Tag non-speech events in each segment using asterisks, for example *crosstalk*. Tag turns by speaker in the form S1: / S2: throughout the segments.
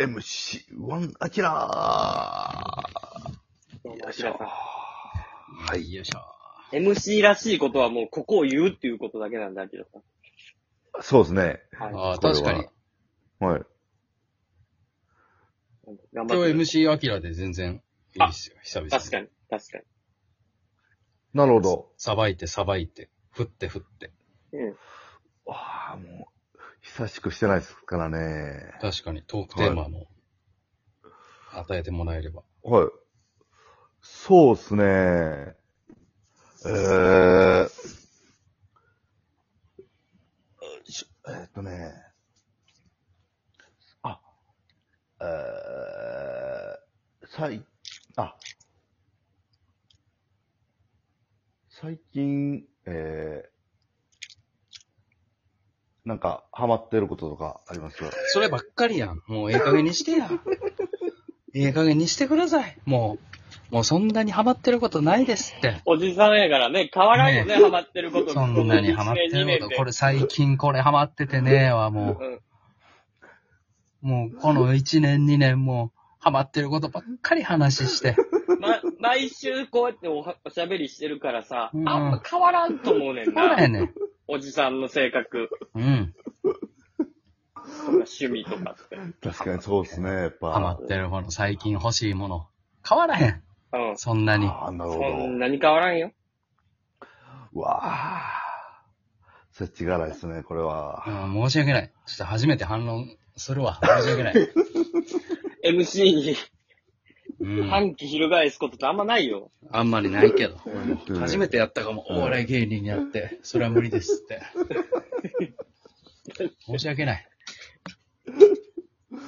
S1: 4MC1 アキラー
S2: どうも
S1: よいし
S2: 明
S1: ょ
S2: さん
S1: はい、よいしょ。
S2: MC らしいことはもうここを言うっていうことだけなんだけどさ
S3: そうですね。
S2: ん。はい。
S1: ああ、
S3: これは
S1: 確かに。
S3: はい。
S2: 頑
S1: 今
S2: 張
S1: 日
S2: って
S1: MC アキラで全然いいっすよ、久々
S2: 確かに、確か
S3: なるほど。
S1: さばいてさばいて、振って振って。
S2: に。うん。
S3: ああ、もう、久しくしてないですからね。
S1: 確かに、トークテーマも与えてもらえれば。
S3: はい。そうですね。ええー。しえーっとね。あ、えー、最、あ、最近、えー、なんか、ハマってることとかありますか
S1: そればっかりやん。もうええ加減にして *laughs* や。ええ加減にしてください。もう、もうそんなにハマってることないですって。
S2: おじさんやからね、変わらんよね、ハマってること。
S1: そんなにハマってること。これ最近これハマっててねえわ、もう。
S2: うん。
S1: もうこの1年2年もうハマってることばっかり話 *laughs* して。
S2: ま、毎週こうやっておはおしゃべりしてるからさ、
S1: うん
S2: あんま変わらんと思うねん
S1: ほらや
S2: な。
S1: ねん。
S2: おじさんの性格
S1: うん。
S2: とか趣味とかって。うん。
S3: 確かにそうですね、やっぱ。
S1: ハマってるもの、最近欲しいもの。変わらへん。そんなに。
S3: ああ、なるほど。
S2: そんなに変わらんよ。
S3: わあ。せちがらいですね、これ
S1: う
S3: は。
S1: ん、申し訳ない。ちょっと初めて反論する *laughs* わ。申し訳ない。
S2: MC に
S1: うん。
S2: 反旗翻すことってあんまないよ。
S1: あんまりないけど。
S3: うん
S1: 初めてやったかも。お笑い芸人になって、それは無理ですって。 *laughs* 申し訳ない。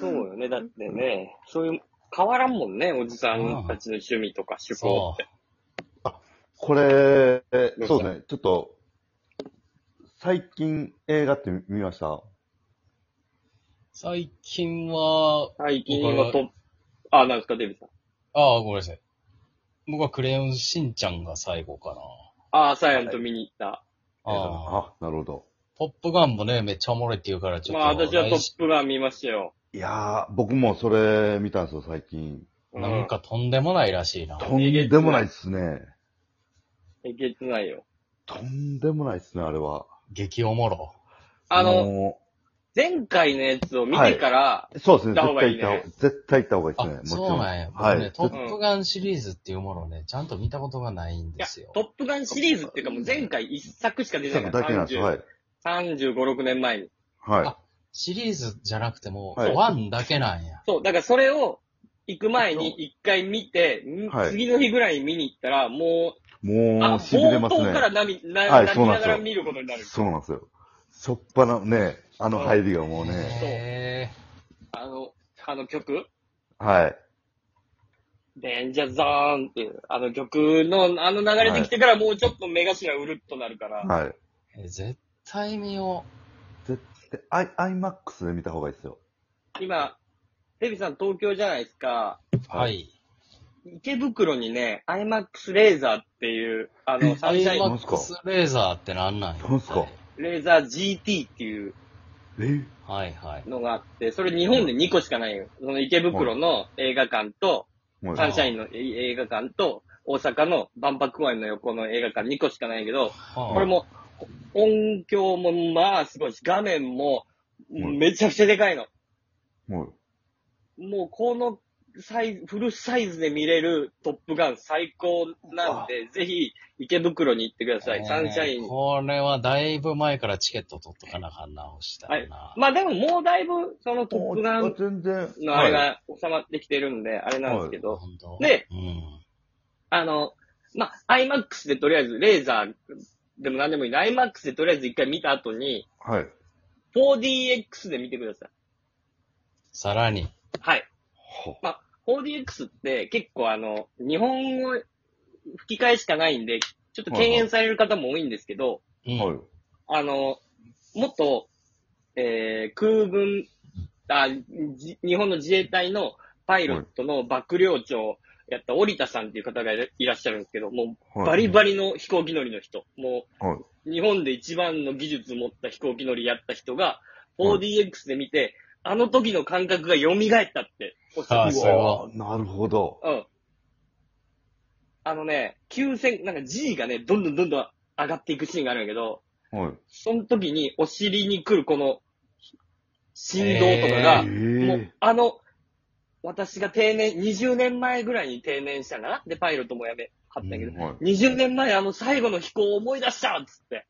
S2: そうよね。だってね、そういう、変わらんもんね、おじさんたちの趣味とか趣向
S1: そ
S2: って。
S3: これ、え
S2: どうした
S3: そうですね、ちょっと、最近映画って見ました
S1: う。最近は、
S2: 最近はと、あ、なんですか、デビさん。
S1: ああ、ごめんなさい。僕はクレヨンしんちゃんが最後かな。
S2: あ、サイアンと見に行った。
S1: あ
S3: あ
S1: あ。
S3: あ、なるほど。
S1: ポップガンもね、めっちゃおもろいって言うから、ちょっ
S2: ま
S1: と。
S2: あ、私はトップガン見ましたよ。
S3: いやー、僕もそれ見たんですよ、最近。
S2: う
S1: なんかとんでもないらしいな。
S3: とんでもないっすね。
S2: えげつないよ。
S3: とんでもないっすね、あれは。
S1: 激おもろ。
S2: あの、
S3: も
S2: 前回のやつを見てから、
S3: う、そうですね、
S2: 行った方
S3: 絶
S2: が
S3: 対
S2: い
S3: 行
S2: い
S3: った
S2: ね
S3: 方、絶対行った方がいい
S1: あ
S3: で、すね、もち
S1: そ
S3: ろ。
S1: うんなん
S3: は
S1: や。僕ね
S3: い。
S1: トップガンシリーズっていうものをね、ちゃんと見たことがないん
S2: いや
S1: ですよ、。
S2: トップガンシリーズっていうかもう前回一作しか出て
S3: だ
S2: なかっ
S3: け
S2: た。
S3: なんですよ、はい
S2: 30。35、6年前に。
S3: はい。
S1: シリーズじゃなくても、
S3: はい
S1: ワンだけなんや。
S2: そう、だからそれを、行く前に一回見て、ん
S3: はい
S2: 次の日ぐらいに見に行ったら、もう、
S3: も
S2: あ、
S3: う、しびれ
S2: 冒
S3: ます
S2: 頭から
S3: ね。
S2: 涙、な
S3: はい
S2: 泣
S3: そう
S2: き
S3: なんで
S2: なが
S3: すよ
S2: ら見ることになる。
S3: そうなんですよ。しょっぱな、ね、あの入りがもうね、
S1: へ
S2: あの、あの曲
S3: はい。
S2: デンジャーゾーンっていう、あの曲の、あの流れてきてからもうちょっと目頭うるっとなるから。
S3: はい。
S1: え絶対見よ
S3: 絶対、アイ、アイマックスで見た方がいいですよ。
S2: 今、デビさん東京じゃないですか。
S1: う。はい。
S2: 池袋にね、IMAX レーザーっていう、あの、サ
S1: サ
S2: ン
S1: イ
S2: シャイ
S1: マ
S2: ン
S3: マ
S1: ックスレーザーってなんなんや。
S3: なんすか
S2: レーザー GT っていう
S3: え
S1: はいはい。
S2: のがあって、それ日本で2個しかないよ。その池袋の映画館と、
S3: もう
S2: サンシャインの映画館と、大阪の万博公園の横の映画館2個しかないけど、こ
S1: こ
S2: れ、も、音響もまあすごいし、画面も
S3: うん
S2: めちゃくちゃでかいの。
S3: もう、
S2: もうこのサイズ、フルサイズで見れるトップガン最高なんで、ぜひ池袋に行ってください。サンシャイン。
S1: これはだいぶ前からチケット取っとかなあかんな、押したらな。
S2: まあでももうだいぶそのトップガン
S3: 全然、
S2: のあれ
S3: はい
S2: が収まってきてるんで、あれなんですけど、
S1: ほんと
S2: で、
S1: うん。
S2: あの、まあ、IMAX でとりあえずレーザーでも何でもいいんで、IMAX でとりあえず一回見た後に、
S3: はい。
S2: 4DX で見てください。
S1: さらに。
S2: はい。
S3: ほ
S2: まあ、4DX って結構あの、日本語吹き替えしかないんで、ちょっと敬遠される方も多いんですけど、
S1: うん
S3: はい。
S2: あの、元、えー、空軍、あ、じ日本の自衛隊のパイロットの幕僚長をやった織田さんっていう方がいらいらっしゃるんですけど、もう
S3: はい
S2: バリバリの飛行機乗りの人、も
S3: はい。
S2: う日本で一番の技術持った飛行機乗りやった人が、
S3: はい
S2: 4DX で見て、あの時の感覚が蘇ったっておっしゃ
S1: あ
S2: って
S1: す
S2: た。
S1: ごいう
S3: わなるほど。
S2: うん。あのね、9000、なんか G がね、どんどんどんどん上がっていくシーンがあるんやけど、
S3: はい。
S2: その時にお尻に来るこの振動とかが、もう
S3: え
S2: あの、私が定年、20年前ぐらいに定年したかなで、パイロットも辞めはったんやけど、
S3: えはい。
S2: 20年前あの最後の飛行を思い出したっつって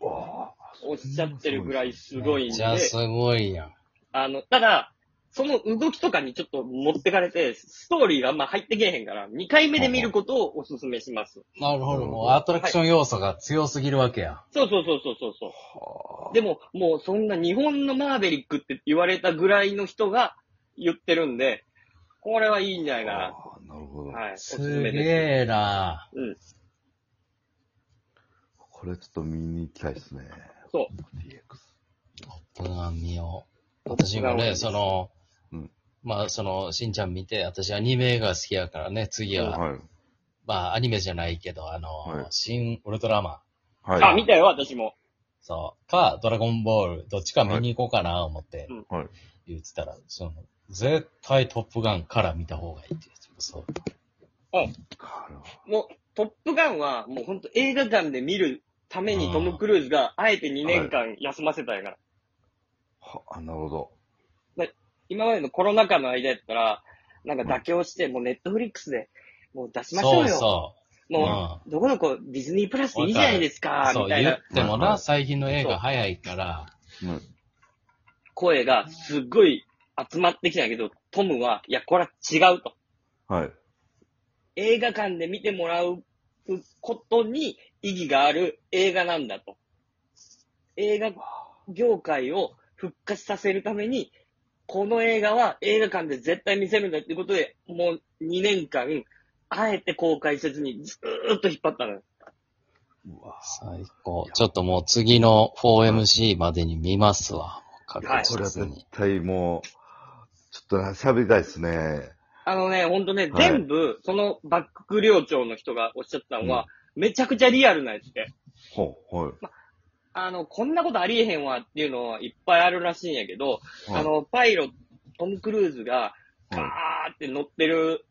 S3: うわ
S2: おっしゃってるぐらいすごいんで
S1: じ、ゃあすごいやん。
S2: あの、ただ、その動きとかにちょっと持ってかれて、ストーリーがあんま入ってけえへんから、2回目で見ることをおすすめします。
S1: なるほど。もうアトラクション要素が強すぎるわけや。
S2: そうそうそうそうそうそう。
S3: はあ
S2: でも、もうそんな日本のマーベリックって言われたぐらいの人が言ってるんで、これはいいんじゃないかな。
S3: あーなるほど。
S2: はい。おすす
S1: す
S2: めです。
S1: げえな
S2: うん。
S3: これちょっと見に行きたいですね。
S2: そう。
S3: DX。
S1: トップガン見よう。私も
S2: トップガンはいい
S1: ね、
S2: です
S1: その、
S3: うん
S1: まあその、しんちゃん見て、私アニメが好きやからね、次は、
S3: はい。
S1: まあアニメじゃないけど、あの、
S3: はい
S1: 新ウルトラマン、
S3: はい。
S2: あ、見たよ、私も。
S1: そう、か、ドラゴンボール、どっちか見に行こうかな、思って
S2: うん、
S3: はい
S1: 言ってたら、その、絶対トップガンから見た方がいいって言ってたそう。
S3: から
S2: もう、トップガンは、もう本当映画館で見るためにトム・クルーズが、あえて2年間休ませたんやから。
S3: はあ、なるほど。
S2: 今までのコロナ禍の間やったら、なんか妥協して、もうネットフリックスで、もう出しましょうよ。
S1: そうそう。
S2: もう、
S1: ん
S2: どこどこディズニープラスでいいじゃないですか、
S1: そう
S2: みたい
S1: 言っ
S2: な
S1: ても
S3: はいは
S1: な、
S3: い
S1: 最近の映画早いから、
S3: うん
S2: 声がすっごい集まってきたんやけど、トムは、いや、これは違うと。
S3: はい。
S2: 映画館で見てもらうことに意義がある映画なんだと。映画業界を復活させるために、この映画は映画館で絶対見せるんだっていうことで、もう2年間、あえて公開せずにずーっと引っ張ったのよ。
S3: うわ
S1: 最高。ちょっともう次の 4MC までに見ますわ。確
S2: はい
S3: これは
S1: 実
S3: 絶
S1: に。
S3: 対もう、ちょっとな喋りたいですね。
S2: あのね、ほんと
S3: は
S2: ね、
S3: い
S2: 全部、そのバック寮長の人がおっしゃったのは、めちゃくちゃリアルなやつで。
S3: ほう、はい。
S2: あの、こんなことありえへんわっていうのはいっぱいあるらしいんやけど、
S3: はい
S2: あの、パイロット、トム・クルーズが、ガー
S3: は
S2: って乗ってる、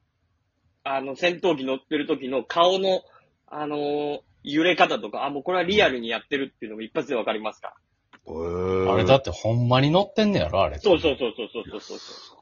S2: あの、戦闘機乗ってる時の顔の、あのー揺れ方とか、あ、もうこれはリアルにやってるっていうのも一発でわかりますか。
S3: い。えー、
S1: あれだってほんまに乗ってんねやろ、あれ。
S2: そうそうそうそうそうそうそ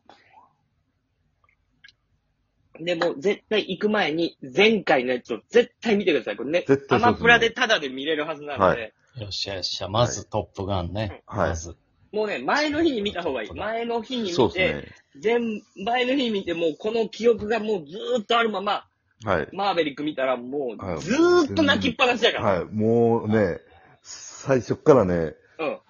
S2: う。でも、絶対行く前に、前回のやつを絶対見てください。これね、
S3: 絶対
S2: ア
S3: そうですね
S2: マプラでタダで見れるはずなので、
S3: は
S1: よっしゃよっしゃ。まずトップガンね。
S3: はい
S1: まず。
S2: もうね、前の日に見た方がいい。前の日に見て、
S3: そうで
S2: 全、前の日見てもうこの記憶がもうずーっとあるまま、
S3: すね。はい。
S2: マーベリック見たらも
S3: は
S2: う
S3: い
S2: ずーっと泣きっぱなしだから。
S3: はい。もうね、最初っからね、
S2: うん、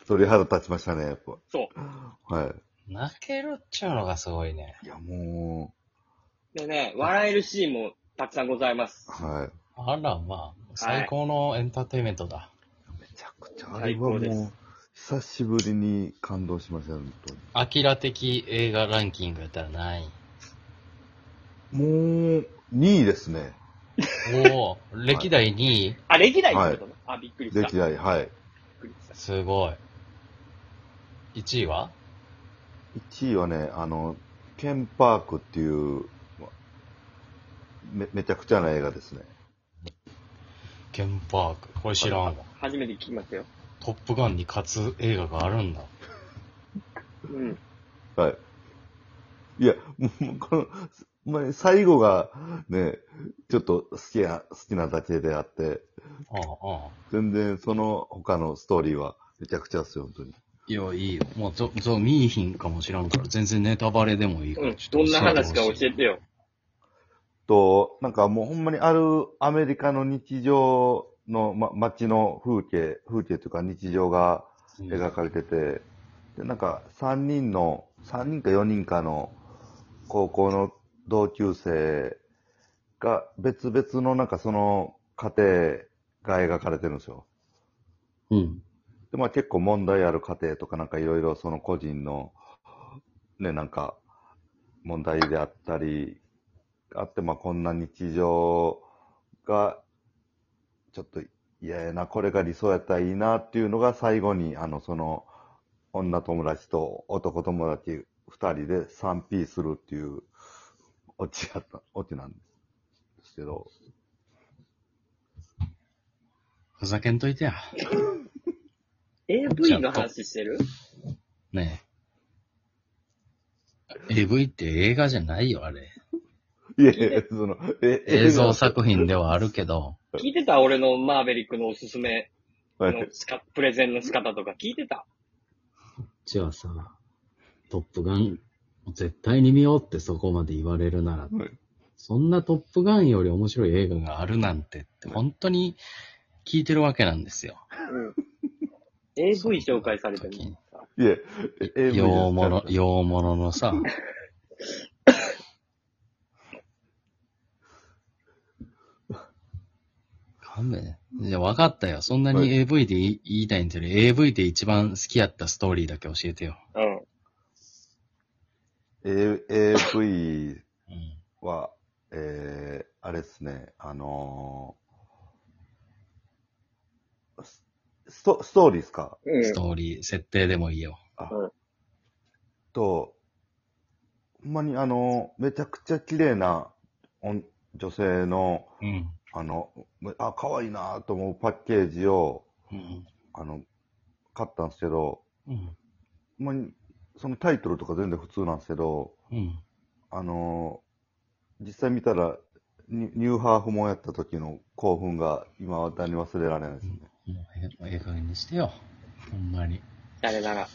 S3: 鳥肌立ちましたね、やっぱ。
S2: そう。
S3: は
S1: 泣けるっちゅうのがすごいね。
S3: い。いや、も
S2: でね、笑えるシーンもたくさんございます
S3: う、。はい。
S1: あら、まあ、最高のエンターテインメントだ。
S3: めちゃくちゃ、あれはも
S2: 最高で
S3: う、久しぶりに感動しました、本当に。
S1: アキラ的映画ランキングやったらない。
S3: もう、2位ですね。
S2: *laughs*
S1: おお歴代2位
S2: あ、歴代ってことね。あ、びっくりした。びっ
S3: 歴代、はい。
S2: くりした。
S1: すごい。1位は
S3: 1位はね、あの、ケンパークっていう、め、めちゃくちゃな映画ですね。
S1: ケンパーク。これ知らんわ。
S2: 初めて聞きましたよ。
S1: トップガンに勝つ映画があるんだ。
S2: うん。
S3: はい。いや、 *laughs* もう、この、まあ、最後が、ね、ちょっと好きな、好きなだけであって、
S1: ああ、ああ。
S3: 全然その他のストーリーはめちゃくちゃですよ、本当に。
S1: いや、いいよ。もう、ぞ、ぞ、見いひんかもしらんから、全然ネタバレでもいいから、
S2: うん。どんな話か教えてよ。
S3: と、なんかもうほんまにあるアメリカの日常の、ま、街の風景、風景というか日常が
S1: うん
S3: 描かれてて、で、なんか3人の、3人か4人かの高校の同級生が別々のなんかその家庭が描かれてるんですよ。
S1: うん。
S3: で、まあ結構問題ある家庭とかなんかいろいろその個人の、ね、なんか問題であったり、あってまあこんな日常がちょっと嫌やな、これが理想やったらいいなっていうのが最後にあのその女友達と男友達二人で 3P するっていうオチやった、オチなんですけど、
S1: ふざけんといてや。
S2: AV の話してる
S1: ねえ。AV って映画じゃないよ、あれ。
S3: いやいや、その、え、
S1: 映像作
S3: *laughs*
S1: 品ではあるけど、
S2: 聞いてた俺のマーベリックのおすすめ
S3: 画
S2: のしかプレゼンの仕方とか聞いてた
S4: ちはさ、トップガン、絶対に見ようってそこまで言われるなら、
S3: はい
S4: そんなトップガンより面白い映画が
S1: あ
S4: ある。
S1: るなんてって、本当に聞いてるわけなんですよ。
S2: うん。AV 紹介されてる。
S3: いや、え AV です
S1: 洋物、洋物のさ、勘弁。いや、分かったよ。そんな
S3: は
S1: に
S3: い
S1: AV でい言いたいんじゃね AV で一番好きやったストーリーだけ教えてよ。
S2: うん。
S3: A- AV
S1: うん。
S3: は、えー、あれですね、あのーススト、ストーリーですか
S2: うん。
S1: ストーリー、設定でもいいよ。
S3: あ
S2: うん
S3: と、ほんまにあの、めちゃくちゃ綺麗な女女性の、
S1: うん。
S3: あの、あ、可愛いなと思うパッケージを、
S1: うん。
S3: あの、買ったんですけど、
S1: うん。
S3: ほんまに、そのタイトルとか全然普通なんですけど、
S1: うん。
S3: あのー実際見たらニ、ニューハーフもやった時の興奮が今は何忘れられないですね。
S1: もうええええ加減にしてよ。ほん *laughs* まに。
S2: 誰なら。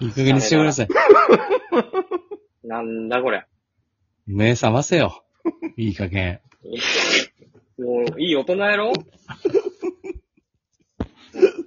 S1: いい加減にしてください。
S2: なんだこれ。
S1: 目覚ませよ。いい加減。
S2: もう、いい大人やろ